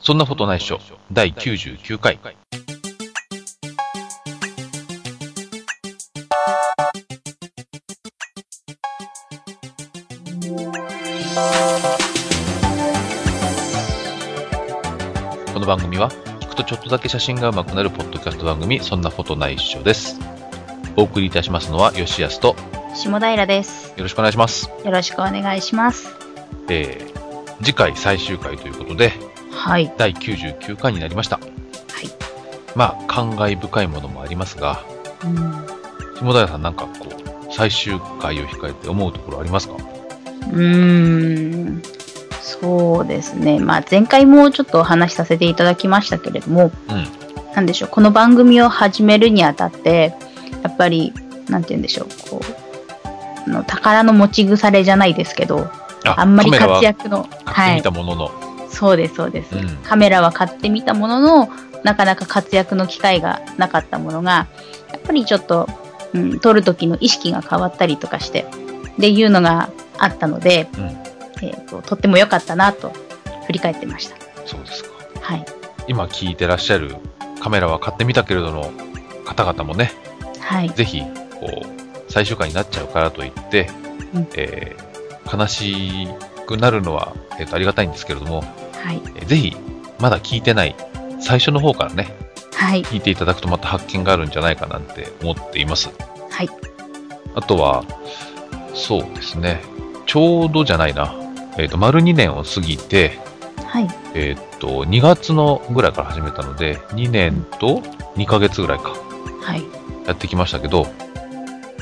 そんなことないっしょ。第99回。この番組は、聞くとちょっとだけ写真が上手くなるポッドキャスト番組、そんなことないっしょです。お送りいたしますのは、吉安と、下平です。よろしくお願いします。よろしくお願いします。えー、次回最終回ということで、はい。第99回になりました。はい。まあ、感慨深いものもありますが、うん。下平さんなんかこう、最終回を控えて思うところありますかん。そうですね。まあ、前回もちょっとお話しさせていただきましたけれども、なんでしょう、この番組を始めるにあたって、やっぱり、なんて言うんでしょう、こう、あの宝の持ち腐れじゃないですけど、あんまりカメラは活躍の、買っはていみたものの、そうです、そうです、うんカメラは買ってみたものの、なかなか活躍の機会がなかったものが、やっぱりちょっと、うん、撮る時の意識が変わったりとかして、っていうのがあったので、うんえーととっても良かったなと振り返ってました。そうですか。はい。今聞いてらっしゃるカメラは買ってみたけれどの方々もね、はい。ぜひ、こう、最終回になっちゃうからといって、うんえー悲しくなるのは、えーと、ありがたいんですけれども、はい。えーぜひ、まだ聞いてない、最初の方からね、はい。聞いていただくとまた発見があるんじゃないかなんて思っています。はい。あとは、そうですね、ちょうどじゃないな、えっ、と、丸2年を過ぎて、はい。えっ、と、2月のぐらいから始めたので、2年と2ヶ月ぐらいか、はい。やってきましたけど、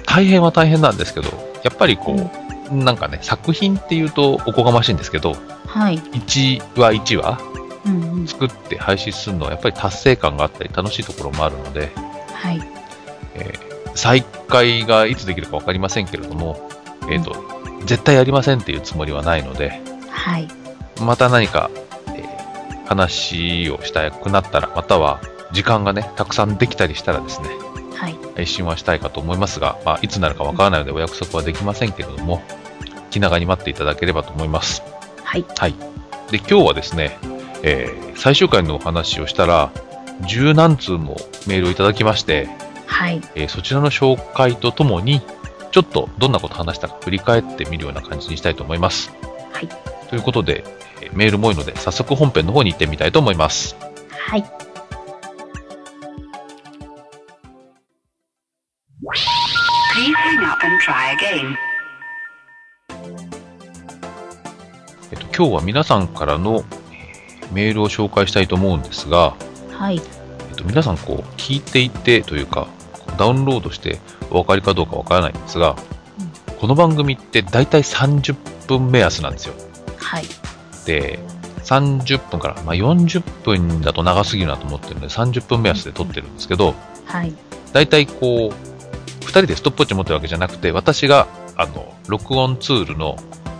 大変は大変なんですけど、やっぱりこう、なんかね、作品っていうとおこがましいんですけど、はい。 1話1話うんうん。作って配信するのはやっぱり達成感があったり楽しいところもあるので、はい。えー再開がいつできるか分かりませんけれども、えーと絶対やりませんっていうつもりはないので、はい。また何か、えー話をしたくなったら、または時間がね、たくさんできたりしたらですね、はい。配信はしたいかと思いますが、まあ、いつなるか分からないのでお約束はできませんけれども、気長に待っていただければと思います。はい。で、今日はですね、えー最終回のお話をしたら、十何通もメールをいただきまして、はい。えーそちらの紹介とともに、ちょっとどんなことを話したか振り返ってみるような感じにしたいと思います。はいということで、えーメールも多いので、早速本編の方に行ってみたいと思います。はい。 Please hang up and try again. えっと、今日は皆さんからのえーメールを紹介したいと思うんですが、はい。えっと、皆さんこう、聞いていてというか、こうダウンロードしてお分かりかどうかわからないんですが、この番組って大体30分目安なんですよ。はい。で、30分から、まあ、40分だと長すぎるなと思ってるので、30分目安で撮ってるんですけど、はい。大体こう、2人でストップウォッチ持ってるわけじゃなくて、私が、あの、録音ツールの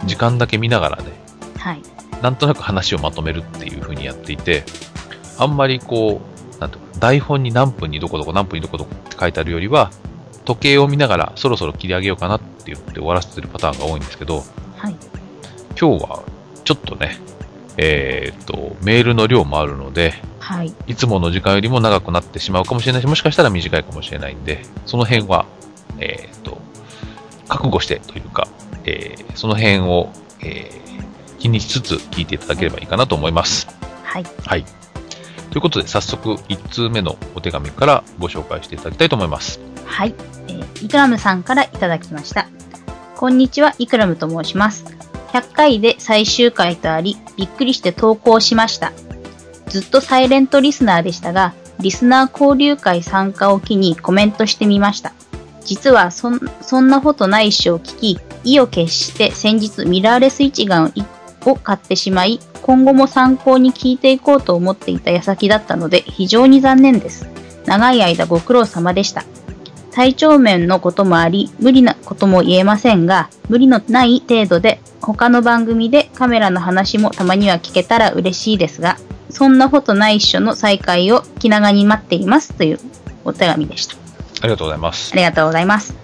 時間だけ見ながらね、はい。なんとなく話をまとめるっていう風にやっていて、あんまりこう、なんていうか、台本に何分にどこどこ何分にどこどこって書いてあるよりは、時計を見ながらそろそろ切り上げようかなって言って終わらせてるパターンが多いんですけど、はい。今日はちょっとね、えーっと、メールの量もあるので、はい。いつもの時間よりも長くなってしまうかもしれないし、もしかしたら短いかもしれないんで、その辺は、えーっと、覚悟してというか、えーその辺を、えー気にしつつ聞いていただければいいかなと思います。はい。はい。ということで、早速、1通目のお手紙からご紹介していただきたいと思います。はい、えーイクラムさんからいただきました。こんにちは、イクラムと申します。100回で最終回とあり、びっくりして投稿しました。ずっとサイレントリスナーでしたが、リスナー交流会参加を機にコメントしてみました。実はそん、そんなことないっしょを聞き、意を決して先日ミラーレス一眼をいを買ってしまい、今後も参考に聞いていこうと思っていた矢先だったので、非常に残念です。長い間ご苦労様でした。体調面のこともあり、無理なことも言えませんが、無理のない程度で、他の番組でカメラの話もたまには聞けたら嬉しいですが、そんなことないっしょの再会を気長に待っていますというお手紙でした。ありがとうございますあ。りがとうございます。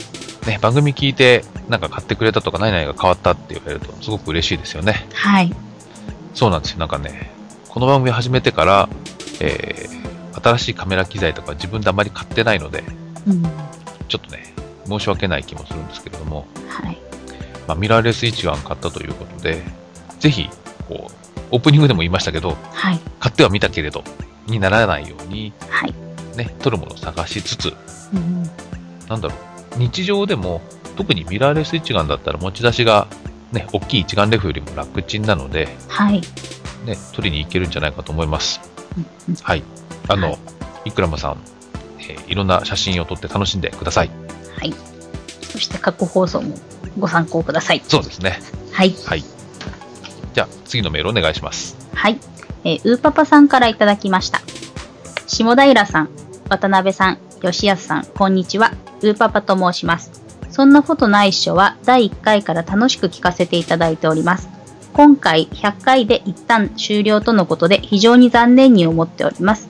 ね、番組聞いて、なんか買ってくれたとか、何々が変わったって言われると、すごく嬉しいですよね。はい。そうなんですよ。なんかね、この番組を始めてから、えー新しいカメラ機材とか自分であまり買ってないので、うん。ちょっとね、申し訳ない気もするんですけれども、はい。まあ、ミラーレス一眼買ったということで、ぜひ、こう、オープニングでも言いましたけど、はい。買っては見たけれど、にならないように、はい。ね、撮るものを探しつつ、うん。なんだろう、日常でも、特にミラーレス一眼だったら持ち出しが、ね、大きい一眼レフよりも楽ちんなので、はい。ね、取りに行けるんじゃないかと思います。うんうんはい。あはの、イクラマさん、えーいろんな写真を撮って楽しんでください。そして過去放送もご参考ください。そうですね。はい。はい。じゃあ、次のメールお願いします。はい。えーウーパパさんからいただきました。下平さん、渡辺さん、吉安さん、こんにちは。ウーパパと申します。そんなことないっしょは第1回から楽しく聞かせていただいております。今回100回で一旦終了とのことで非常に残念に思っております。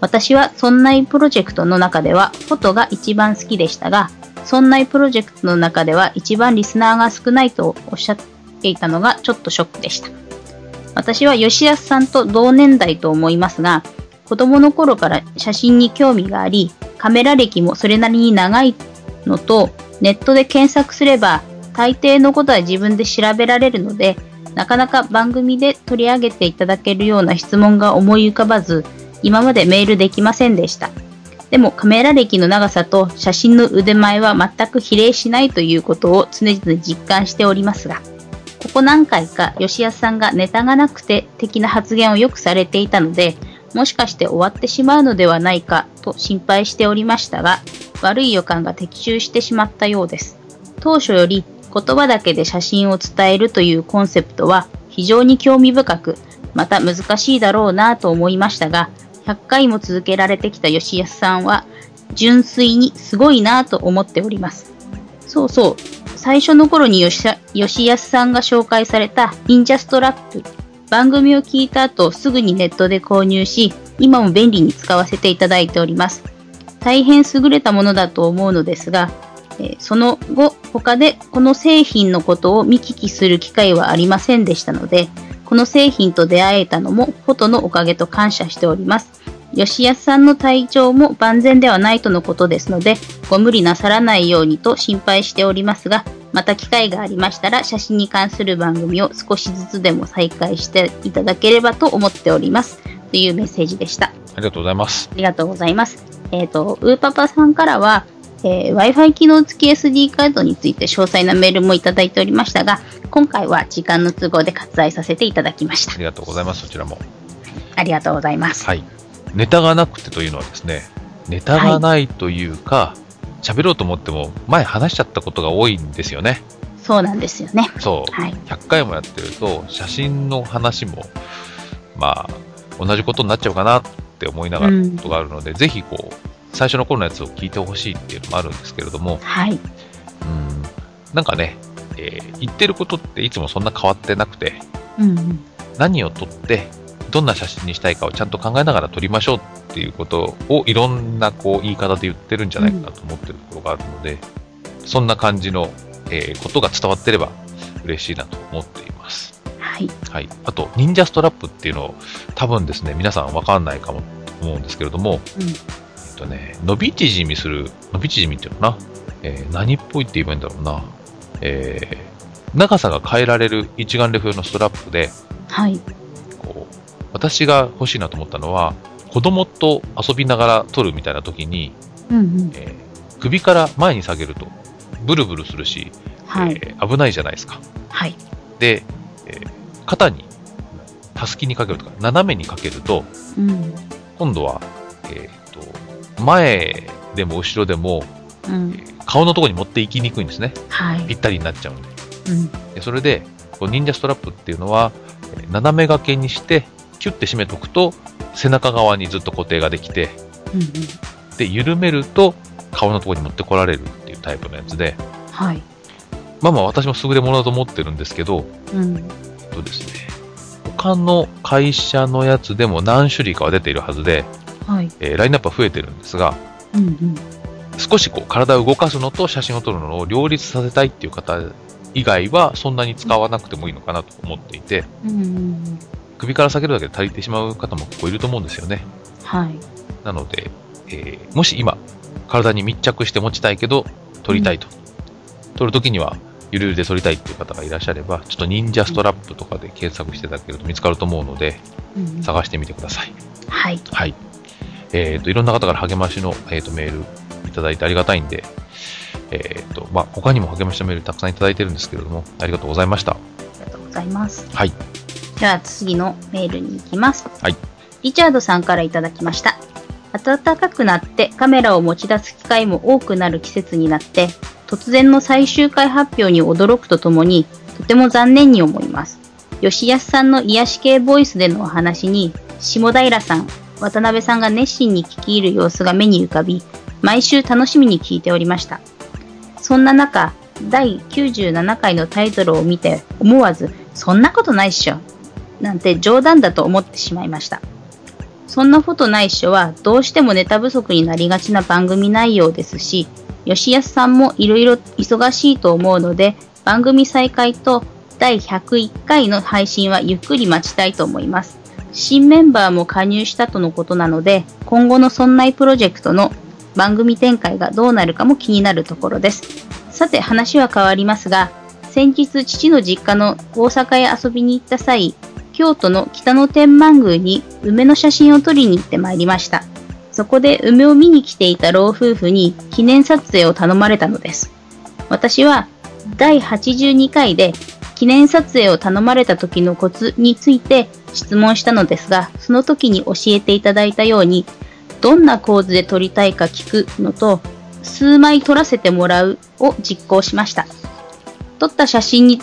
私はそんないプロジェクトの中ではフォトが一番好きでしたが、そんないプロジェクトの中では一番リスナーが少ないとおっしゃっていたのがちょっとショックでした。私は吉安さんと同年代と思いますが、子供の頃から写真に興味があり、カメラ歴もそれなりに長いのと、ネットで検索すれば、大抵のことは自分で調べられるので、なかなか番組で取り上げていただけるような質問が思い浮かばず、今までメールできませんでした。でもカメラ歴の長さと写真の腕前は全く比例しないということを常々実感しておりますが、ここ何回か吉安さんがネタがなくて的な発言をよくされていたので、もしかして終わってしまうのではないかと心配しておりましたが、悪い予感が的中してしまったようです。当初より言葉だけで写真を伝えるというコンセプトは非常に興味深く、また難しいだろうなと思いましたが、100回も続けられてきた吉安さんは、純粋にすごいなと思っております。そうそう、最初の頃に吉田吉安さんが紹介された忍者ストラップ。番組を聞いた後、すぐにネットで購入し、今も便利に使わせていただいております。大変優れたものだと思うのですが、えーその後、他でこの製品のことを見聞きする機会はありませんでしたので、この製品と出会えたのもフォトのおかげと感謝しております。吉安さんの体調も万全ではないとのことですので、ご無理なさらないようにと心配しておりますが、また機会がありましたら写真に関する番組を少しずつでも再開していただければと思っております。というメッセージでした。ありがとうございます。ありがとうございます。えっ、と、ウーパパさんからは、えー Wi-Fi 機能付き SD カードについて詳細なメールもいただいておりましたが、今回は時間の都合で割愛させていただきましあた。りがとうございます。そちらも。ありがとうございます。はい。ネタがなくてというのはですね、ネタがないというか、喋ろうと思っても前話しちゃったことが多いんですよね。そうなんですよね。そう。はい。 100回もやってると、写真の話も、まあ、同じことになっちゃうかなって思いながらうんことがあるので、ぜひこう、最初の頃のやつを聞いてほしいっていうのもあるんですけれども、はい。うん、なんかね、えー言ってることっていつもそんな変わってなくて、うんうん。何を撮って、どんな写真にしたいかをちゃんと考えながら撮りましょうっていうことをいろんなこう言い方で言ってるんじゃないかなと思ってるところがあるので、そんな感じの、えーことが伝わってれば嬉しいなと思っています。はい。はい、あと、忍者ストラップっていうのを、多分ですね、皆さん分かんないかもと思うんですけれども、うんえっとね、伸び縮みする、伸び縮みっていうのかな、えー何っぽいって言えばいいんだろうな、えー長さが変えられる一眼レフ用のストラップで、はい。こう私が欲しいなと思ったのは、子供と遊びながら撮るみたいな時に、うんうん。えー首から前に下げると、ブルブルするし、はえい。ー危ないじゃないですか。はい。で、えー肩に、たすきにかけるとか、斜めにかけると、うん。うん。今度は、えーと、前でも後ろでも、えー顔のところに持っていきにくいんですね。はいぴ。ったりになっちゃうんで。うん。でそれで、こう忍者ストラップっていうのは、えー斜め掛けにして、キュッて締めとくと、背中側にずっと固定ができて、うん。で、緩めると、顔のところに持ってこられるっていうタイプのやつで、はい。まあまあ私も優れものだと思ってるんですけど、うん。えっとですね、他の会社のやつでも何種類かは出ているはずで、はい。えーラインナップは増えてるんですが、うんうん。少しこう体を動かすのと写真を撮るのを両立させたいっていう方以外はそんなに使わなくてもいいのかなと思っていて、うんうん。首から下げるだけで足りてしまう方も結構いると思うんですよね。はい。なので、えーもし今、体に密着して持ちたいけど、取りたいと。取るときには、ゆるゆるで取りたいっていう方がいらっしゃれば、ちょっと忍者ストラップとかで検索していただけると見つかると思うので、うんうん探してみてください。はい。はい。えっ、と、いろんな方から励ましの、えー、とメールいただいてありがたいんで、えっ、と、まあ、他にも励ましのメールたくさんいただいてるんですけれども、ありがとうございました。ありがとうございます。はい。では次のメールに行きます。はい。リチャードさんからいただきました。暖かくなってカメラを持ち出す機会も多くなる季節になって、突然の最終回発表に驚くとともに、とても残念に思います。吉安さんの癒し系ボイスでのお話に、下平さん、渡辺さんが熱心に聞き入る様子が目に浮かび、毎週楽しみに聞いておりました。そんな中、第97回のタイトルを見て、思わず、そんなことないっしょ、なんて冗談だと思ってしまいました。そんなことないっしょは、どうしてもネタ不足になりがちな番組内容ですし、吉安さんもいろいろ忙しいと思うので、番組再開と第101回の配信はゆっくり待ちたいと思います。新メンバーも加入したとのことなので、今後のそんないプロジェクトの番組展開がどうなるかも気になるところです。さて話は変わりますが、先日父の実家の大阪へ遊びに行った際、京都の北野天満宮に梅の写真を撮りに行ってまいりました。そこで梅を見に来ていた老夫婦に記念撮影を頼まれたのです。私は第82回で記念撮影を頼まれた時のコツについて質問したのですが、その時に教えていただいたように、どんな構図で撮りたいか聞くのと、数枚撮らせてもらうを実行しました。撮った写真に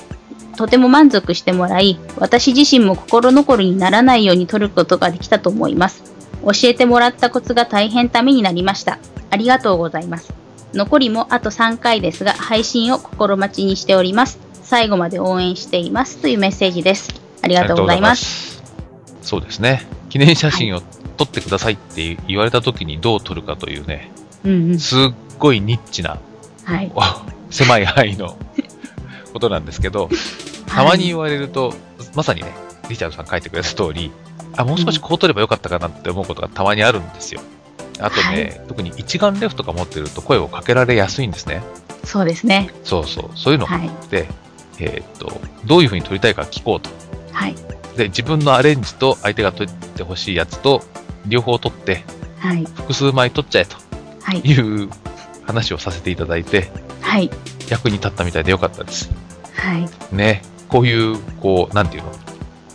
とても満足してもらい、私自身も心残りにならないように撮ることができたと思います。教えてもらったコツが大変ためになりました。ありがとうございます。残りもあと3回ですが、配信を心待ちにしております。最後まで応援していますというメッセージです。ありがとうございます。す。そうですね。記念写真を撮ってくださいって言われた時にどう撮るかというね、うんうん。すっごいニッチな、 はい。狭い範囲のことなんですけど、たまに言われると、まさにね、リチャードさん書いてくれた通り、あ、もう少しこう取ればよかったかなって思うことがたまにあるんですよ。あとね、特に一眼レフとか持ってると声をかけられやすいんですね。そうですね。そうそう、そういうのがはい。あって、えーっと、どういう風に撮りたいか聞こうと。はい。で、自分のアレンジと相手が撮ってほしいやつと、両方撮って、はい。複数枚撮っちゃえとはい。いう話をさせていただいて、はい。役に立ったみたいでよかったです。はい。ね、こういう、こう、なんていうの、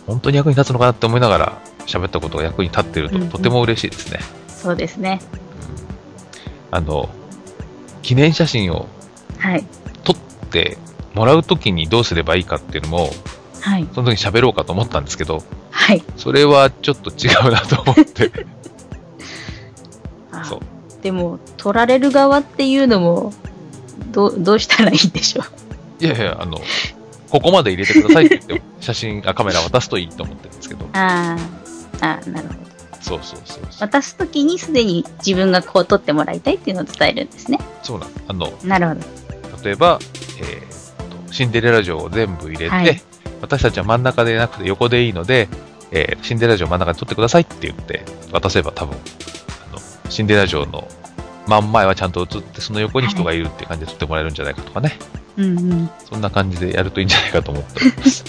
本当に役に立つのかなって思いながら喋ったことが役に立ってると、うんうんとても嬉しいですね。そうですね。うんあの、記念写真をはい。撮ってもらうときにどうすればいいかっていうのも、はい。その時に喋ろうかと思ったんですけど、はい。それはちょっと違うなと思って、 あそうでも、取られる側っていうのも、どう、どうしたらいいんでしょう。いやいや、あの、ここまで入れてくださいって言って、写真、あカメラ渡すといいと思ってるんですけど、 ああ、あなるほど。そうそうそうそう。渡すときにすでに自分がこう取ってもらいたいっていうのを伝えるんですね。そうなんあの、なるほど。例えば、えーとシンデレラ城を全部入れて、はい私たちは真ん中でなくて横でいいので、えーシンデレラ城真ん中で撮ってくださいって言って渡せば多分あのシンデレラ城の真ん前はちゃんと映ってその横に人がいるって感じで撮ってもらえるんじゃないかとかね、うんうん。そんな感じでやるといいんじゃないかと思っております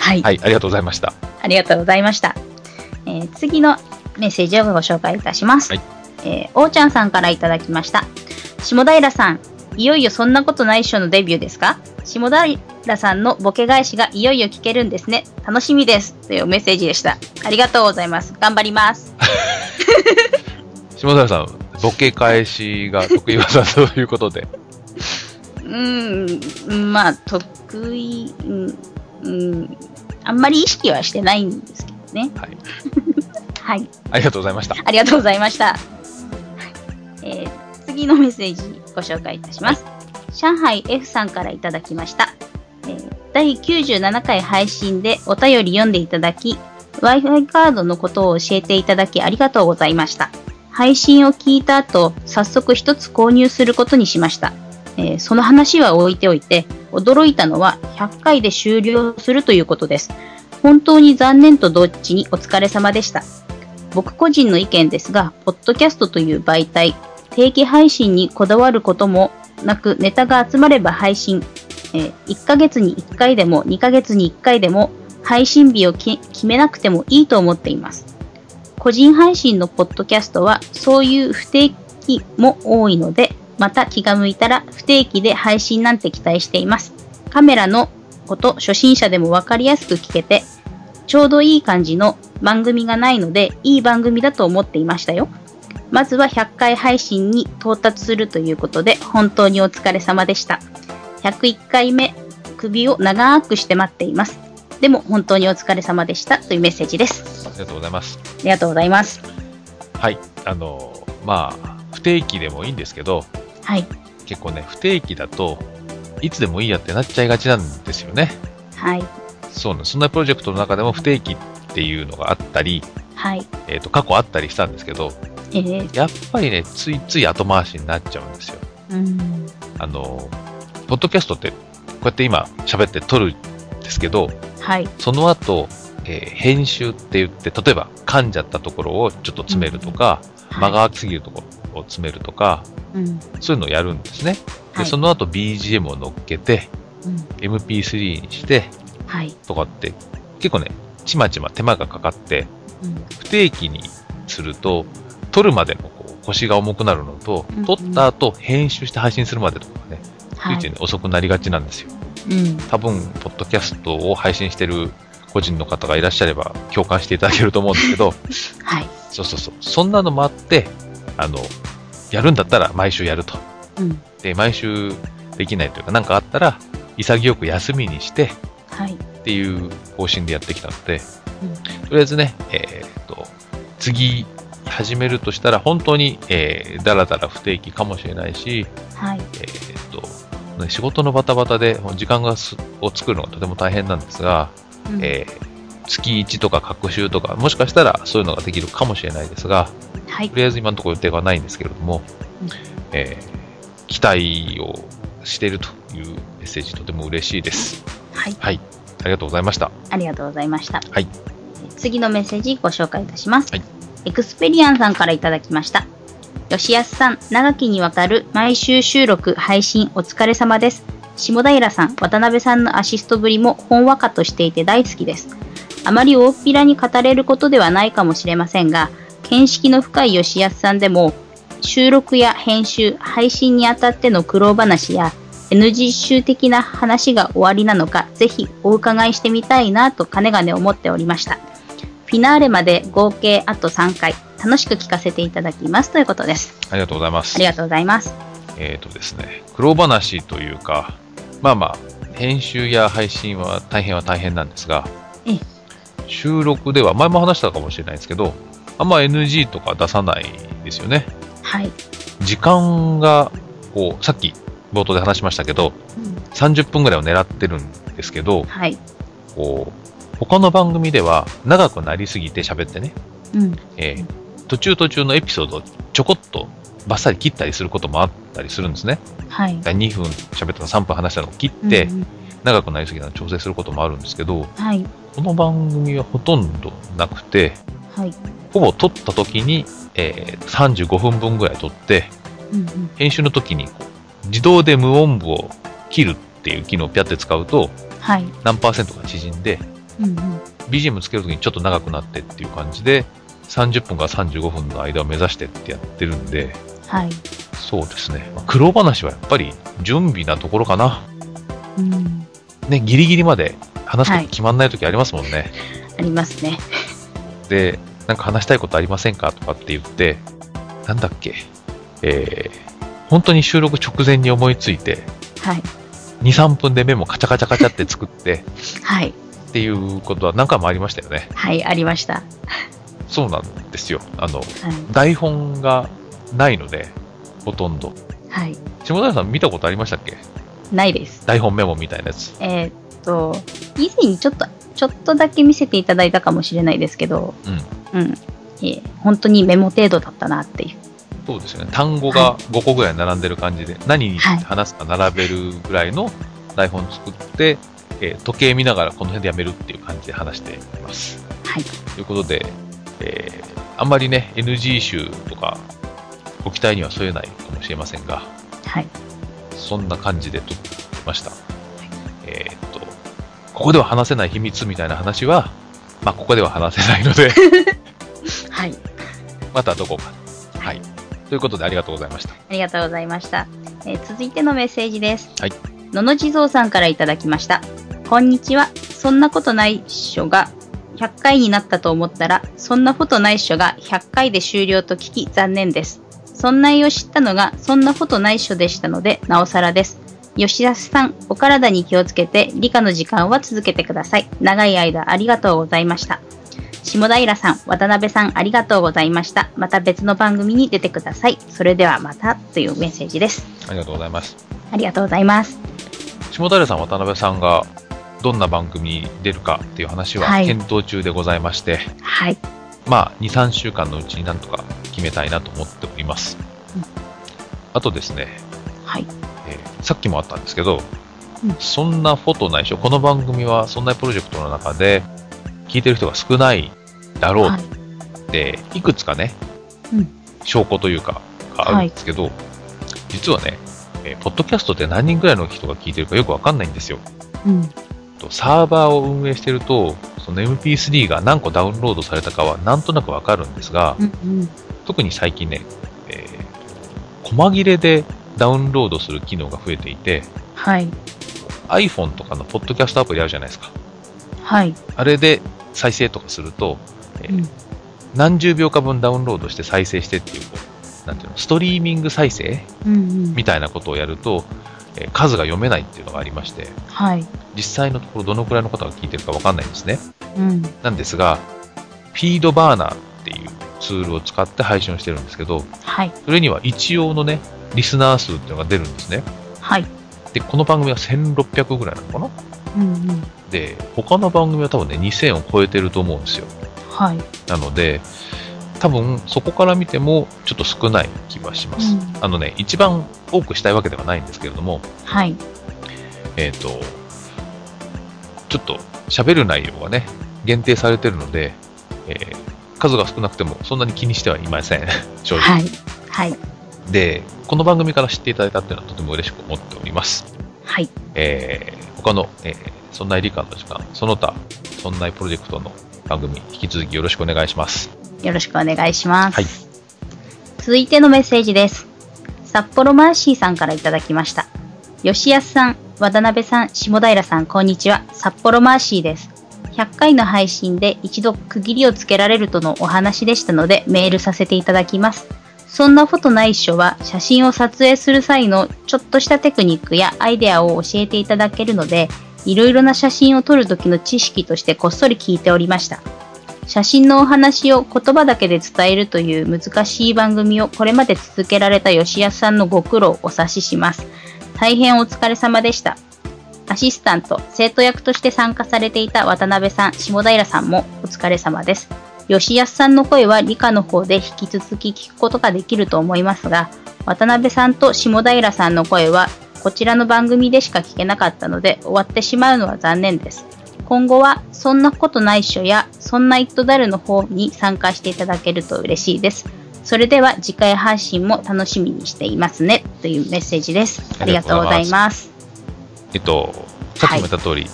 はい。はいありがとうございましたありがとうございました。えー次のメッセージをご紹介いたします。はいえーおーちゃんさんからいただきました。下平さん、いよいよそんなことないっしょのデビューですか下平さんのボケ返しがいよいよ聞けるんですね。楽しみです。というメッセージでした。ありがとうございます。頑張ります。下平さんボケ返しが得意技ということでうーん、まあ、得意、うん、うん、あんまり意識はしてないんですけどね。はいはい。ありがとうございましたありがとうございました。えー次のメッセージご紹介いたします。上海 F さんからいただきました。えー第97回配信でお便り読んでいただき、Wi-Fi カードのことを教えていただきありがとうございました。配信を聞いた後、早速一つ購入することにしました。えーその話は置いておいて、驚いたのは100回で終了するということです。本当に残念とどっちにお疲れ様でした。僕個人の意見ですが、ポッドキャストという媒体、定期配信にこだわることもなく、ネタが集まれば配信、えー1ヶ月に1回でも2ヶ月に1回でも配信日をき決めなくてもいいと思っています。個人配信のポッドキャストはそういう不定期も多いので、また気が向いたら不定期で配信なんて期待しています。カメラのこと初心者でもわかりやすく聞けて、ちょうどいい感じの番組がないので、いい番組だと思っていましたよ。まずは100回配信に到達するということで、本当にお疲れ様でした。101回目、首を長くして待っています。でも本当にお疲れ様でしたというメッセージです。ありがとうございます。ありがとうございます。はい。あの、まあ、不定期でもいいんですけど、はい。結構ね、不定期だと、いつでもいいやってなっちゃいがちなんですよね。はい。そうなんですそんなプロジェクトの中でも不定期っていうのがあったり、はい。えっ、と、過去あったりしたんですけど、えー、やっぱりね、ついつい後回しになっちゃうんですよ。うん。あの、ポッドキャストって、こうやって今喋って撮るんですけど、はい。その後、えー編集って言って、例えば噛んじゃったところをちょっと詰めるとか、間が空きすぎるところを詰めるとか、はい、うん。そういうのをやるんですね。はで、い。その後 BGM を乗っけて、うん、 MP3 にしてはい。とかって、結構ね、ちまちま手間がかかって、うん。不定期にすると、撮るまでもこう腰が重くなるのとうんう、ん撮った後編集して配信するまでとかがね、はついついい。ね遅くなりがちなんですよ。うん。多分、ポッドキャストを配信してる個人の方がいらっしゃれば共感していただけると思うんですけ ど、はい。そうそうそう、そんなのもあって、あの、やるんだったら毎週やると。うん。で、毎週できないというか、なんかあったら、潔く休みにしてはい。っていう方針でやってきたので、うんとりあえずね、えーっと、次始めるとしたら、本当に、えーだらだら不定期かもしれないし、はい。えーっと、ね仕事のバタバタで、時間がすを作るのがとても大変なんですが、うんえー月1とか各週とか、もしかしたらそういうのができるかもしれないですが、はいと。りあえず今のところ予定はないんですけれども、うんえー期待をしているというメッセージとても嬉しいです。はい。はい。ありがとうございました。ありがとうございました。はい次のメッセージご紹介いたします。はいエクスペリアンさんからいただきました。吉安さん、長きにわたる毎週収録、配信お疲れ様です。下平さん、渡辺さんのアシストぶりもほんわかとしていて大好きです。あまり大っぴらに語れることではないかもしれませんが、見識の深い吉安さんでも、収録や編集、配信にあたっての苦労話や、NG 集的な話が終わりなのか、ぜひお伺いしてみたいなとかねがね思っておりました。フィナーレまで合計あと3回、楽しく聞かせていただきますということです。ありがとうございますあり。がとうございます。えっ、とですね、苦労話というか、まあまあ、編集や配信は大変は大変なんですがええ、収録では、前も話したかもしれないですけど、あんま NG とか出さないですよね。はい。時間が、こう、さっき冒頭で話しましたけど、30分ぐらいを狙ってるんですけど、はい。こう、他の番組では長くなりすぎて喋ってね、うん。えー途中途中のエピソードをちょこっとバッサリ切ったりすることもあったりするんですね。はいだ。から2分喋ったの3分話したのを切ってう、ん長くなりすぎたのを調整することもあるんですけど、はい。この番組はほとんどなくて、はい。ほぼ撮った時に、えー35分分ぐらい撮って、うんうん編集の時にこう自動で無音部を切るっていう機能をピャって使うと、はい。何パーセントか縮んで、うんうん BGM つけるときにちょっと長くなってっていう感じで、30分から35分の間を目指してってやってるんで、はい。そうですね。まあ苦労話はやっぱり準備なところかな。うん。ね、ギリギリまで話すこはとい決まんないときありますもんね。ありますね。で、なんか話したいことありませんかとかって言って、なんだっけ、えー、本当に収録直前に思いついて、はい。 2、3分でメモカチャカチャカチャって作って、はい。っていうことは何回もありましたよね。はい。ありました。はそうなんですよ。あの、い。台本がないので、ほとんど。はい。下平さん見たことありましたっけないです。台本メモみたいなやつ。えーっと、以前にちょっと、ちょっとだけ見せていただいたかもしれないですけど、うん。えー本当にメモ程度だったなっていう。そうですよね。単語が5個ぐらい並んでる感じで、何にはい話すか並べるぐらいの台本作って、えー時計見ながらこの辺でやめるっていう感じで話しています。はい。ということで、えーあんまりね、NG 集とか、ご期待には添えないかもしれませんが、はい。そんな感じで撮ってました。えーっと、ここでは話せない秘密みたいな話は、まあ、ここでは話せないの で、はい。またどこか。はい。ということで、ありがとうございました。ありがとうございました。えー続いてのメッセージです。はいのの地蔵さんからいただきました。こんにちは。そんなことないっしょが、100回になったと思ったら、そんなことないっしょが100回で終了と聞き残念です。そんないを知ったのが、そんなことないっしょでしたので、なおさらです。吉田さん、お体に気をつけて、理科の時間は続けてください。長い間ありがとうございました。下平さん、渡辺さん、ありがとうございました。また別の番組に出てください。それではまたというメッセージです。ありがとうございます。ありがとうございます。下平さん、渡辺さんが、どんな番組に出るかっていう話ははい検討中でございまして、はい。まあ、2、3週間のうちになんとか決めたいなと思っております。うんあとですね、はい。えーさっきもあったんですけど、うんそんなフォトないしょ、この番組はそんなプロジェクトの中で聞いてる人が少ないだろうはい。って、い、くつかね、うん証拠というか、があるんですけど、実はね、えーポッドキャストって何人くらいの人が聞いてるかよくわかんないんですよ。うん。とサーバーを運営してると、その MP3 が何個ダウンロードされたかはなんとなくわかるんですが、うん。うん。特に最近ね、えー細切れでダウンロードする機能が増えていて、はい。 iPhone とかのポッドキャストアプリあるじゃないですか。はい。あれで再生とかすると、えーうん何十秒か分ダウンロードして再生してっていう、こうなんていうの、ストリーミング再生うん。うん。みたいなことをやると、えー数が読めないっていうのがありまして、はい。実際のところどのくらいの方が聞いてるかわかんないんですね。うん。なんですが、フィードバーナーっていうツールを使って配信をしてるんですけど、はい。それには一応のね、リスナー数っていうのが出るんですね。はい。で、この番組は1600ぐらいなのかなうん。うん。で、他の番組は多分ね、2000を超えてると思うんですよ。はい。なので、多分そこから見てもちょっと少ない気はします。うんあのね、一番多くしたいわけではないんですけれども、はい。えっ、と、ちょっと喋る内容がね、限定されてるので、えー数が少なくてもそんなに気にしてはいません、 正直。はい。はい。で、この番組から知っていただいたっていうのはとても嬉しく思っております。はい。えー他の、えーそんな理科の時間、その他、そんなプロジェクトの番組、引き続きよろしくお願いします。よろしくお願いします。はい続いてのメッセージです。札幌マーシーさんからいただきました。吉安さん、渡辺さん、下平さん、こんにちは。札幌マーシーです。100回の配信で一度区切りをつけられるとのお話でしたのでメールさせていただきます。そんなことないっしょは写真を撮影する際のちょっとしたテクニックやアイデアを教えていただけるので、いろいろな写真を撮る時の知識としてこっそり聞いておりました。写真のお話を言葉だけで伝えるという難しい番組をこれまで続けられた吉安さんのご苦労をお察しします。大変お疲れ様でした。アシスタント、生徒役として参加されていた渡辺さん、下平さんもお疲れ様です。吉安さんの声は理科の方で引き続き聞くことができると思いますが、渡辺さんと下平さんの声はこちらの番組でしか聞けなかったので終わってしまうのは残念です。今後は、そんなことないっしょや、そんなイットダルの方に参加していただけると嬉しいです。それでは次回配信も楽しみにしていますね。というメッセージです。あありりががととううごござざいいます。えっと、さっきも言った通り、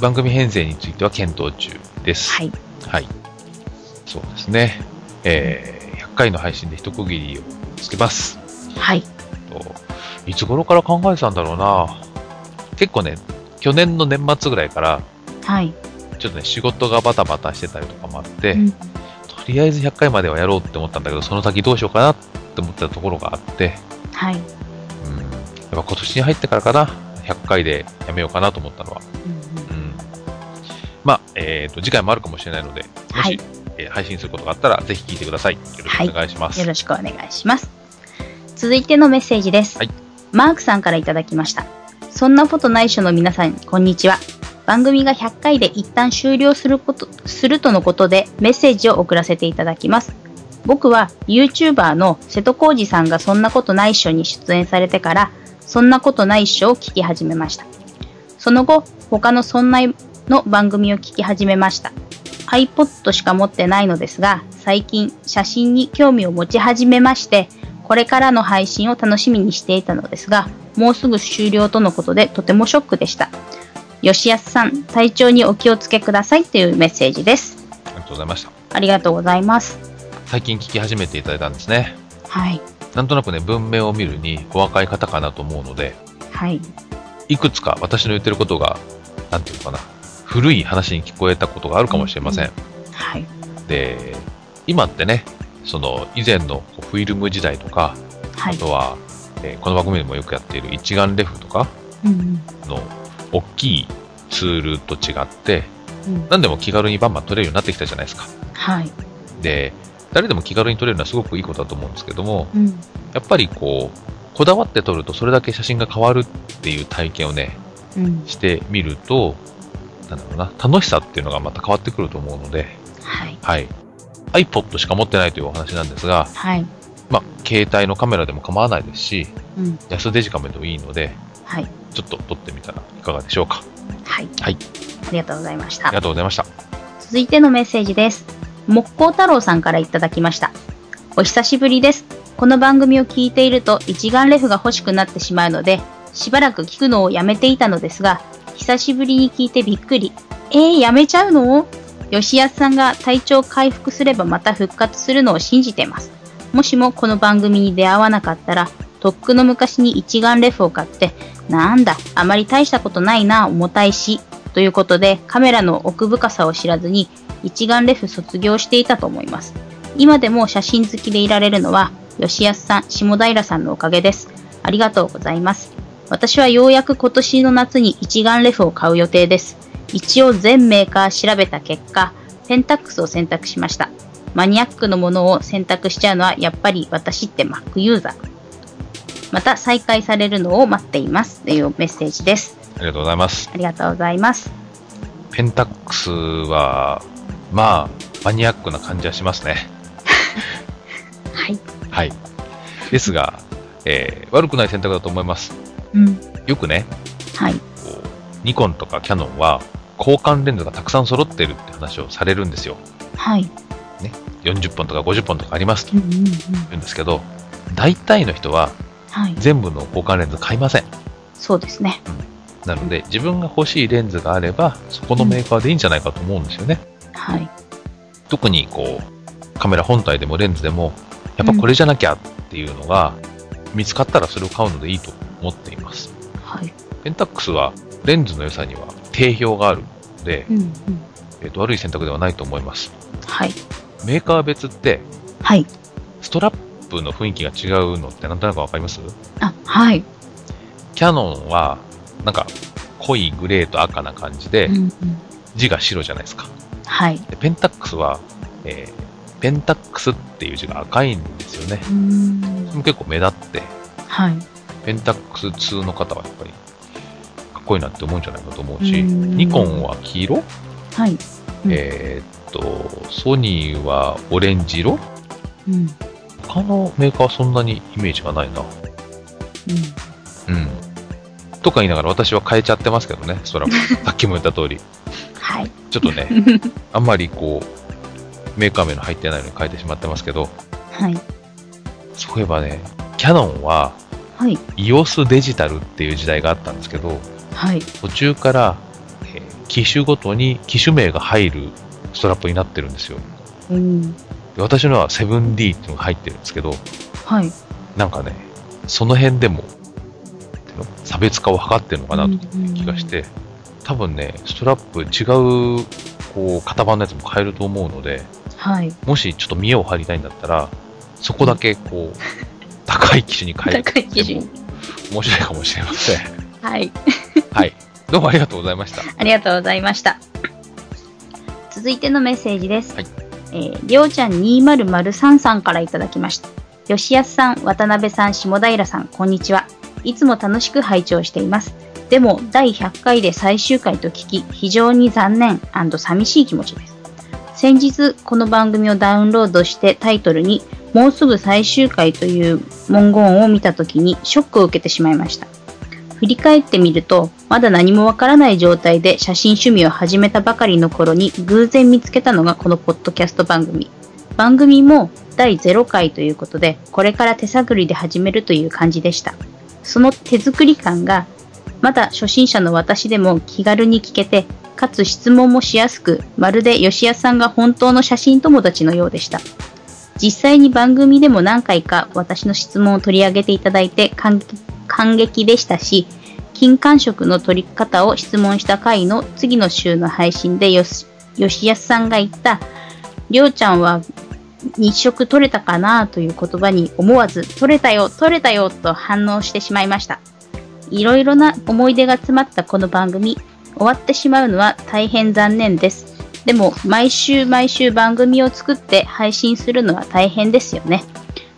番組編成については検討中です。はい。はい。そうですね。えー100回の配信で一区切りをつけます。はい。といつ頃から考えてたんだろうな結構ね、去年の年末ぐらいから、はい。ちょっとね、仕事がバタバタしてたりとかもあって、うんとりあえず100回まではやろうって思ったんだけど、その先どうしようかなって思ってたところがあって、はい。うん、やっぱ今年に入ってからかな、100回でやめようかなと思ったのは。うん、まあ、えっ、と、次回もあるかもしれないので、もし、はいえー配信することがあったら、ぜひ聞いてください。よろしくお願いします。よろしくお願いします。続いてのメッセージです。はいマークさんからいただきました。そんなことないっしょの皆さん、こんにちは。番組が100回で一旦終了すること、するとのことでメッセージを送らせていただきます。僕は YouTuber の瀬戸康二さんがそんなことないっしょに出演されてから、そんなことないっしょを聞き始めました。その後、他の村内の番組を聞き始めました。iPod しか持ってないのですが、最近写真に興味を持ち始めまして、これからの配信を楽しみにしていたのですが、もうすぐ終了とのことでとてもショックでした。吉安さん、体調にお気をつけくださいというメッセージです。ありがとうございました。ありがとうございます。最近聞き始めていただいたんですね。はい。なんとなくね、文明を見るにお若い方かなと思うので、はい。いくつか私の言ってることが、なんていうのかな、古い話に聞こえたことがあるかもしれません。はい。で、今ってね、その以前のこうフィルム時代とか、はあい。とは、えーこの番組でもよくやっている一眼レフとかうんの大きいツールと違って、うんうん何でも気軽にバンバン撮れるようになってきたじゃないですか。はい。で、誰でも気軽に撮れるのはすごくいいことだと思うんですけども、うんやっぱりこう、こだわって撮るとそれだけ写真が変わるっていう体験をね、うんしてみると、なんだろうな、楽しさっていうのがまた変わってくると思うので、はい。はい。iPod しか持ってないというお話なんですが、はい。まあ、携帯のカメラでも構わないですし、うん安デジカメでもいいので、はい。ちょっと撮ってみたらいかがでしょうか。はい。はい。ありがとうございましあたり。がとうございました。続いてのメッセージです。木工太郎さんからいただきました。お久しぶりです。この番組を聞いていると一眼レフが欲しくなってしまうので、しばらく聞くのをやめていたのですが、久しぶりに聞いてびっくり。えー、やめちゃうの吉安さんが体調回復すればまた復活するのを信じてます。もしもこの番組に出会わなかったら、とっくの昔に一眼レフを買って、なんだ、あまり大したことないな、重たいし、ということでカメラの奥深さを知らずに一眼レフ卒業していたと思います今でも写真好きでいられるのは吉安さん下平さんのおかげですありがとうございます私はようやく今年の夏に一眼レフを買う予定です一応全メーカー調べた結果ペンタックスを選択しましたマニアックのものを選択しちゃうのはやっぱり私って Mac ユーザーまた再開されるのを待っていますというメッセージですありがとうございます。ありがとうございますペンタックスは、まあ、マニアックな感じはしますね。はいはい。ですが、えー悪くない選択だと思います。うんよくね、はいこうニコンとかキャノンは、交換レンズがたくさん揃ってるって話をされるんですよ。はい。 40本とか50本とかありますとうんうんうん。言うんですけど、大体の人ははい。全部の交換レンズ買いません。そうですね。なので、自分が欲しいレンズがあれば、そこのメーカーでいいんじゃないかと思うんですよね。はい。特にこう、カメラ本体でもレンズでも、やっぱこれじゃなきゃっていうのが、見つかったらそれを買うのでいいと思っています。はい。ペンタックスは、レンズの良さには定評があるので、うんうん。えっと悪い選択ではないと思います。はい。メーカー別って、はい。ストラップの雰囲気が違うのってなんとなくわかりますあ、はい。キャノンは、なんか、濃いグレーと赤な感じでうん、うん。字が白じゃないですか。はい。でペンタックスは、えーペンタックスっていう字が赤いんですよね。うーん。結構目立って、はい。ペンタックス2の方はやっぱり、かっこいいなって思うんじゃないかと思ううし、んニコンは黄色、はい。うんえーっと、ソニーはオレンジ色うん。うん。他のメーカーはそんなにイメージがないな。うん。とか言いながら私は変えちゃってますけどね、ス トラップ。さっきも言った通り。はい。ちょっと ね、あんまりこう、メーカー名の入ってないのに変えてしまってますけど、はい。そういえばね、キャノンははい。 EOS デジタルっていう時代があったんですけど、はい。途中から、えー機種ごとに機種名が入るストラップになってるんですよ。うん。で私のは 7D っていうのが入ってるんですけど、はい。なんかね、その辺でも、っていうの差別化を図ってるのかなと気がし。て、多分ね、ストラップ違う、こう、型番のやつも変えると思うので、はい。もしちょっと見栄を張りたいんだったら、そこだけこう、高い機種に変える。高い基準。面白いかもしれません。はい。はい。どうもありがとうございました。ありがとうございました。続いてのメッセージです。はいえーりょうちゃん2003さんからいただきました。吉安さん、渡辺さん、下平さん、こんにちは。いつも楽しく拝聴しています。でも、第100回で最終回と聞き、非常に残念寂しい気持ちです。先日、この番組をダウンロードしてタイトルに、もうすぐ最終回という文言を見たときにショックを受けてしまいました。フ振り返ってみると、まだ何もわからない状態で写真趣味を始めたばかりの頃に偶然見つけたのがこのポッドキャスト番組。番組も第0回ということで、これから手探りで始めるという感じでした。その手作り感が、まだ初心者の私でも気軽に聞けて、かつ質問もしやすく、まるで吉谷さんが本当の写真友達のようでした。実際に番組でも何回か私の質問を取り上げていただいて感激感激でしたし、金管食の取り方を質問した回の次の週の配信でよし吉安さんが言った、りょうちゃんは日食取れたかなという言葉に思わず、取れたよ、取れたよと反応してしまいました。いろいろな思い出が詰まったこの番組、終わってしまうのは大変残念です。でも、毎週毎週番組を作って配信するのは大変ですよね。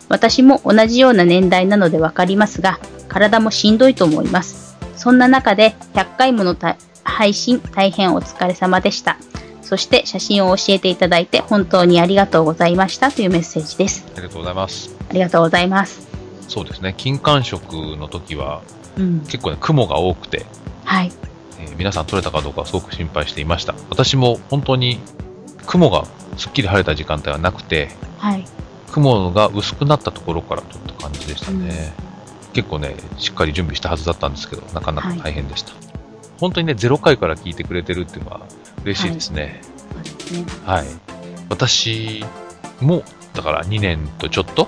私も同じような年代なのでわかりますが、体もしんどいと思います。そんな中で100回ものた配信大変お疲れ様でした。そして写真を教えていただいて本当にありがとうございましたというメッセージです。ありがとうございます。ありがとうございます。そうですね、金環食の時はうん。結構ね、雲が多くて、はい。えー皆さん取れたかどうかすごく心配していました。私も本当に雲がすっきり晴れた時間帯はなくて、はい。雲が薄くなったところから撮った感じでしたね。結構ね、しっかり準備したはずだったんですけど、なかなか大変でした。本当にね、0回から聞いてくれてるっていうのは嬉しいですね。そうですね。はい。私も、だから2年とちょっと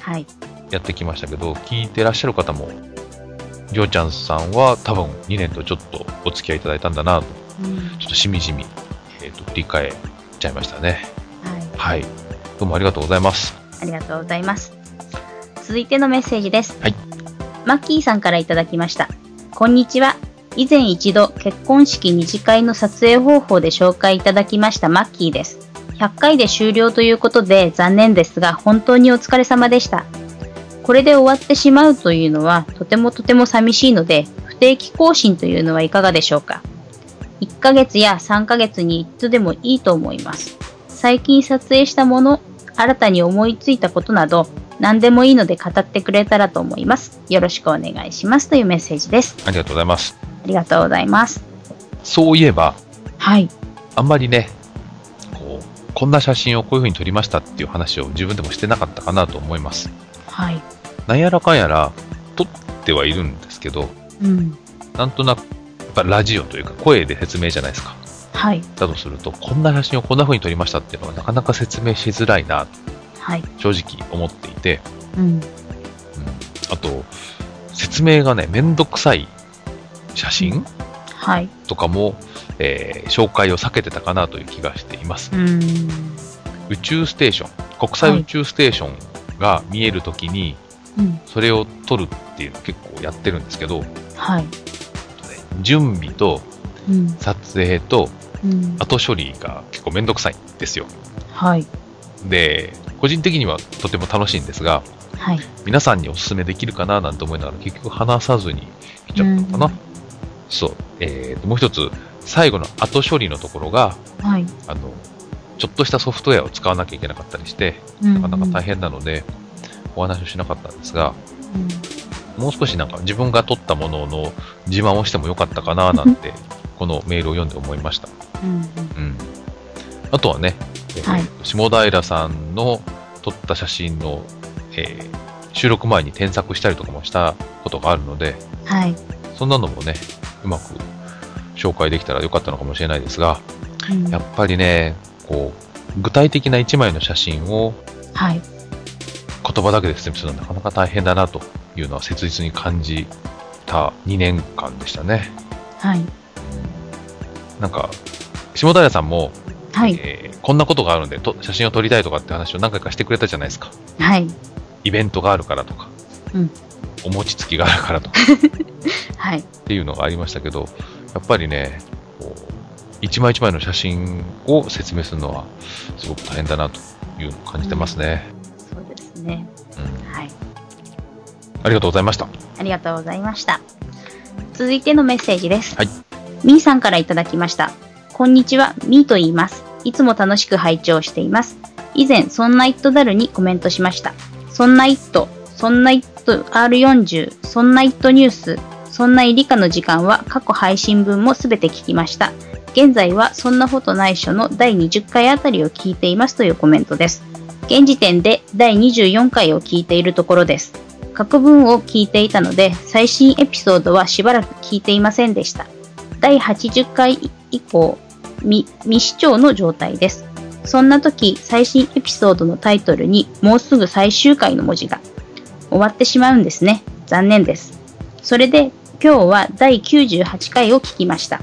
はい。やってきましたけど、聞いてらっしゃる方も、りょうちゃんさんは多分2年とちょっとお付き合いいただいたんだなと、ちょっとしみじみ、えーと振り返っちゃいましたね。はい。はい。どうもありがとうございます。ありがとうございます。続いてのメッセージです。はいマッキーさんからいただきました。こんにちは。以前一度結婚式二次会の撮影方法で紹介いただきましたマッキーです。100回で終了ということで残念ですが本当にお疲れ様でした。これで終わってしまうというのはとてもとても寂しいので不定期更新というのはいかがでしょうか ?1 ヶ月や3ヶ月に一度でもいいと思います。最近撮影したもの新たに思いついたことなど何でもいいので語ってくれたらと思います。よろしくお願いしますというメッセージです。ありがとうございます。ありがとうございます。そういえば、はい。あんまりね、こう、こんな写真をこういう風に撮りましたっていう話を自分でもしてなかったかなと思います。はい。なんやらかんやら、撮ってはいるんですけど、うん。なんとなく、やっぱラジオというか声で説明じゃないですか。はい。だとすると、こんな写真をこんな風に撮りましたっていうのはなかなか説明しづらいな、はい。正直思っていて、うん。うん、あと、説明がね、めんどくさい写真はい。とかも、えー紹介を避けてたかなという気がしていますう。ん。宇宙ステーション、国際宇宙ステーションが見えるときに、うん。それを撮るっていうのを結構やってるんですけど、はい。準備とうん。撮影とうん。後処理が結構めんどくさいんですよ。はい。で、個人的にはとても楽しいんですが、はい。皆さんにお勧めできるかななんて思いながら結局話さずに来ちゃったのかな。そう。えーと、もう一つ、最後の後処理のところが、はい。あの、ちょっとしたソフトウェアを使わなきゃいけなかったりして、ななかなか大変なので、お話をしなかったんですが、もう少しなんか自分が撮ったものの自慢をしてもよかったかななん て、このメールを読んで思いました。うん。うん。あとはね、えーはい下平さんの撮った写真の、えー収録前に添削したりとかもしたことがあるので、はい。そんなのもね、うまく紹介できたらよかったのかもしれないですが、うんやっぱりね、こう、具体的な一枚の写真をはい。言葉だけで説明するのはなかなか大変だなというのは切実に感じた2年間でしたね。はい。なんか、下平さんも、はい。えーこんなことがあるんでと写真を撮りたいとかって話を何回かしてくれたじゃないですか。はい。イベントがあるからとか、うんお餅つきがあるからとかはい。っていうのがありましたけど、やっぱりね、こう一枚一枚の写真を説明するのはすごく大変だなというのを感じてますね。そうですね。うんはい。ありがとうございました。ありがとうございました。続いてのメッセージです。はいみーさんからいただきました。こんにちは、みーと言います。いつも楽しく拝聴しています。以前、そんなイットダルにコメントしました。そんなイット、そんなイット R40、そんなイットニュース、そんな入りかの時間は過去配信分もすべて聞きました。現在はそんなことないっしょの第20回あたりを聞いていますというコメントです。現時点で第24回を聞いているところです。過去分を聞いていたので、最新エピソードはしばらく聞いていませんでした。第80回以降、未未視聴の状態です。そんな時、最新エピソードのタイトルにもうすぐ最終回の文字が終わってしまうんですね。残念です。それで、今日は第98回を聞きました。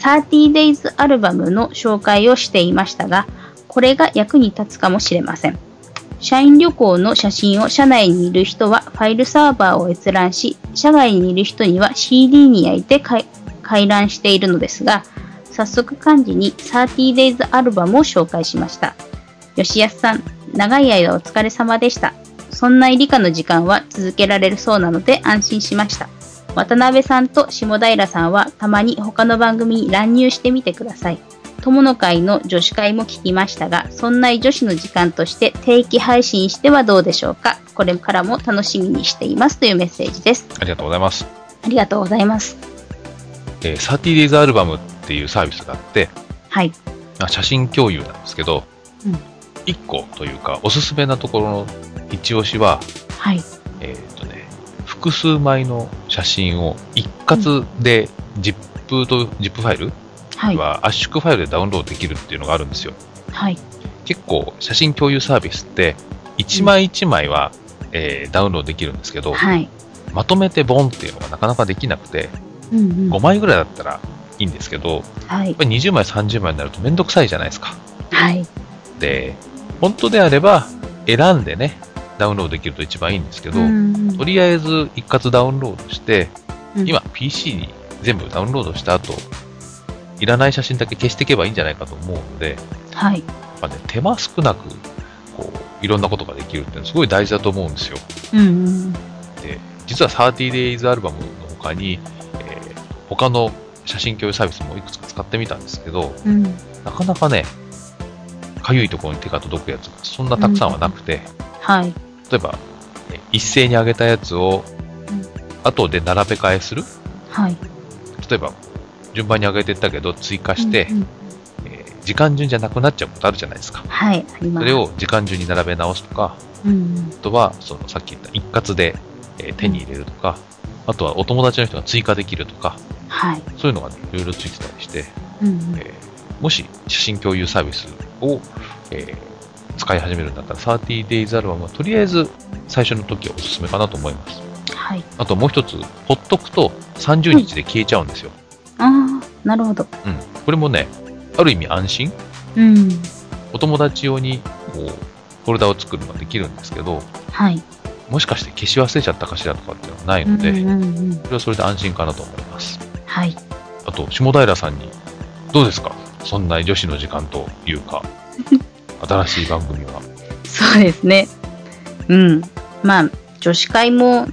30days アルバムの紹介をしていましたが、これが役に立つかもしれません。社員旅行の写真を社内にいる人はファイルサーバーを閲覧し、社外にいる人には CD に焼いて回回覧しているのですが、早速漢字に 30days アルバムを紹介しました。吉安さん、長い間お疲れ様でした。そんな理科の時間は続けられるそうなので安心しました。渡辺さんと下平さんはたまに他の番組に乱入してみてください。友の会の女子会も聞きましたが、そんな女子の時間として定期配信してはどうでしょうか。これからも楽しみにしていますというメッセージです。ありがとうございます。ありがとうございます。えー、30days アルバムっていうサービスがあって、はい。まあ写真共有なんですけど、うん一1個というか、おすすめなところの一押しは、はい。えっ、とね、複数枚の写真を一括で ZIP と ZIP ファイルはい。は圧縮ファイルでダウンロードできるっていうのがあるんですよ。はい。結構写真共有サービスって一枚一枚は、えーダウンロードできるんですけど、はい。まとめてボンっていうのがなかなかできなくて、うんうん。 5枚ぐらいだったらいいんですけど、やっはい。ぱり20枚、30枚になるとめんどくさいじゃないですか。はい。で、本当であれば選んでね、ダウンロードできると一番いいんですけど、うんとりあえず一括ダウンロードして、うん今 PC に全部ダウンロードした後、いらない写真だけ消していけばいいんじゃないかと思うので、はい。まあね、手間少なく、こう、いろんなことができるっていうのはすごい大事だと思うんですよ。うんうん。で、実は 30days アルバムの他に、えー他の写真共有サービスもいくつか使ってみたんですけど、うん。なかなかね、かゆいところに手が届くやつがそんなたくさんはなくて、はい。例えば、えー一斉に上げたやつをうん、後で並べ替えするはい。例えば、順番に上げていったけど、追加して、うんうんえー時間順じゃなくなっちゃうことあるじゃないですか。はい。ありまそす。れを時間順に並べ直すとか、うんうん。あとは、そのさっき言った一括で、えー手に入れるとか、あとはお友達の人が追加できるとか、はい。そういうのがね、いろいろついてたりして、うんうんえーもし写真共有サービスを、えー使い始めるんだったら、30days アルバムはとりあえず最初の時はおすすめかなと思います。はい。あともう一つ、ほっとくと30日で消えちゃうんですよ。ああ、なるほど。うん。これもね、ある意味安心うん。お友達用にこうフォルダを作るのができるんですけど、はい。もしかして消し忘れちゃったかしらとかっていうのはないうんので、うんうん。それはそれで安心かなと思います。はい。あと、下平さんに、どうですかそんな女子の時間というか、新しい番組は。そうですね。うん。まあ、女子会も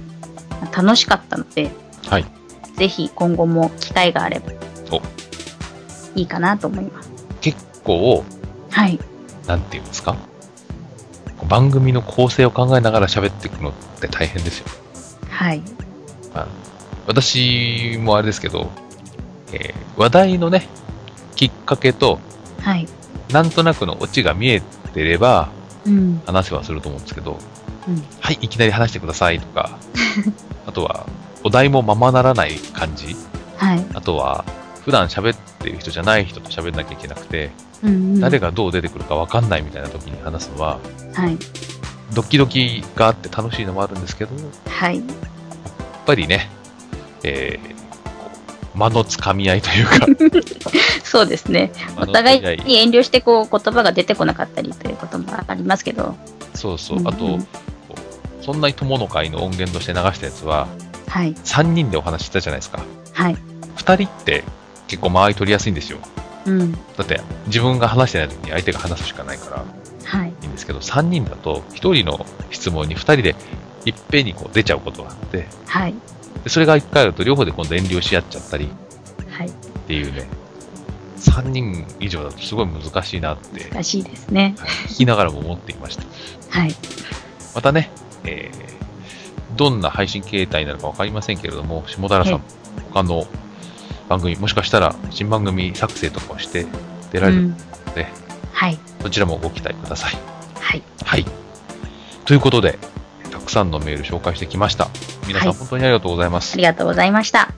楽しかったので、はい。ぜひ今後も機会があればお、いいかなと思います。結構、はい。なんていうんですか番組の構成を考えながら喋っていくのって大変ですよ。はい。あの私もあれですけど、えー話題のね、きっかけと、はい。なんとなくのオチが見えてれば、うん。話せはすると思うんですけど、うんはい、いきなり話してくださいとか、 あとは、お題もままならない感じ、はい。あとは、普段喋ってる人じゃない人と喋んなきゃいけなくて、うん、うん。誰がどう出てくるか分かんないみたいな時に話すのは、はい。ドキドキがあって楽しいのもあるんですけど、やっはい。ぱりね、えーこう間のつかみ合いという か、そうですね。間のつおか互いみ合いに遠慮してこう言葉が出てこなかったりということもありますけど、そうそうう、んあと、こうそんなに友の会の音源として流したやつは、はい。 3人でお話ししたじゃないですか。はい。 2人って結構間合い取りやすいんですよ。うん。だって自分が話してない時に相手が話すしかないからはい。いいんですけど、3人だと1人の質問に2人でいっぺんにこう出ちゃうことがあって、はい。でそれが1回あると両方で今度遠慮し合っちゃったりはい。っていうね、3人以上だとすごい難しいなって、難しいですね。はい聞きながらも思っていました。はい。またね、えーどんな配信形態になるかわかりませんけれども、下平さはん、他の番組、もしかしたら新番組作成とかをして出られうるんので、はい。そちらもご期待ください。はい。はい。ということで、たくさんのメール紹介してきました。皆さんはい本当にありがとうございます。ありがとうございました。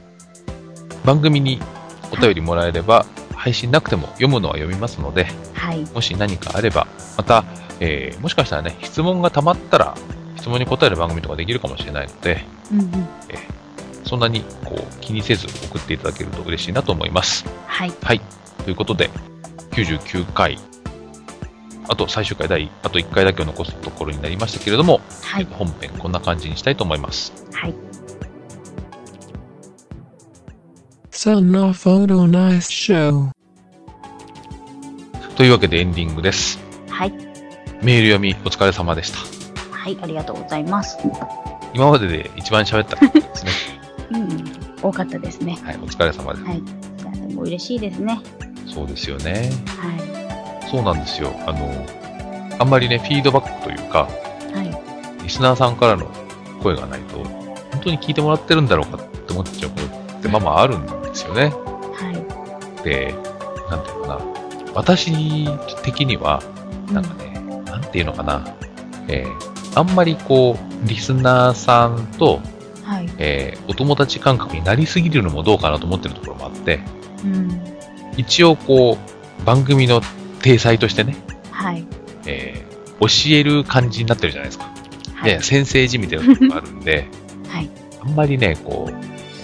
番組にお便りもらえれば、配信なくても読むのは読みますので、はい。もし何かあれば、また、えーもしかしたらね、質問が溜まったら、質問に答える番組とかできるかもしれないので、うんうん。そんなにこう気にせず送っていただけると嬉しいなと思います。はい。はい。ということで、99回、あと最終回第、あと1回だけを残すところになりましたけれども、はい。本編こんな感じにしたいと思います。はい。 Sun Photo Nice Show. というわけでエンディングです。はい。メール読みお疲れ様でした。はい。ありがとうございます。今までで一番喋った回です ね。うん。多かったですね。はい、お疲れ様です。はい。いや、でも嬉しいですね。そうですよね。はそうなんですよ。あの、あんまりね、フィードバックというか、い。はい。リスナーさんからの声がないと、本当に聞いてもらってるんだろうかって思っちゃうことってまあまああるんですよね。はで、なんていうのかな。私的には、い。なんかね、なんていうのかな。えーあんまりこう、リスナーさんと、うん。はい。えーお友達感覚になりすぎるのもどうかなと思ってるところもあって、うん。一応こう、番組の体裁としてね、はい。えー教える感じになってるじゃないですか。はねい。先生じみたいなところがあるん で、はい。あんまりね、こう、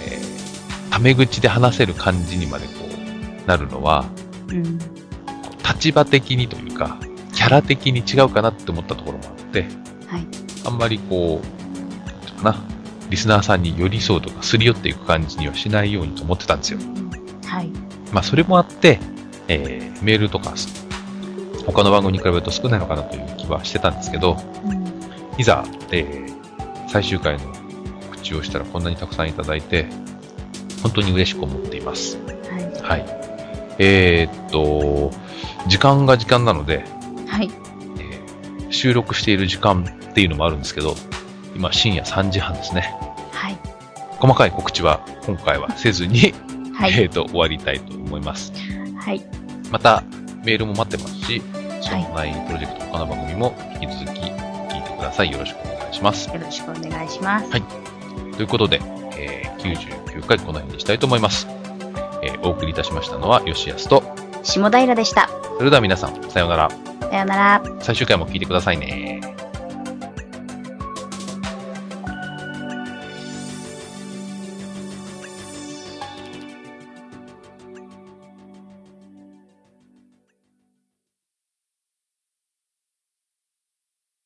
えータメ口で話せる感じにまでこう、なるのは、うん。立場的にというか、キャラ的に違うかなって思ったところもあって、はい。あんまりこう、なんていうのかな、リスナーさんに寄り添うとか、すり寄っていく感じにはしないようにと思ってたんですよ。はい。まあ、それもあって、えーメールとか、他の番組に比べると少ないのかなという気はしてたんですけど、うん。いざ、えー最終回の告知をしたらこんなにたくさんいただいて、本当に嬉しく思っています。ははい。えーっと、時間が時間なので、い。はい。えー収録している時間っていうのもあるんですけど、今深夜3時半ですね。はい。細かい告知は今回はせずに、はえい。ーっと、終わりたいと思います。はい。また、メールも待ってますし、その内プロジェクト他の番組も引き続き聞いてください。よろしくお願いします。よろしくお願いします。ということで、えー99回この辺にしたいと思います。えーお送りいたしましたのは吉安と、下平でした。それでは皆さん、さようなら。さようなら。最終回も聞いてくださいね。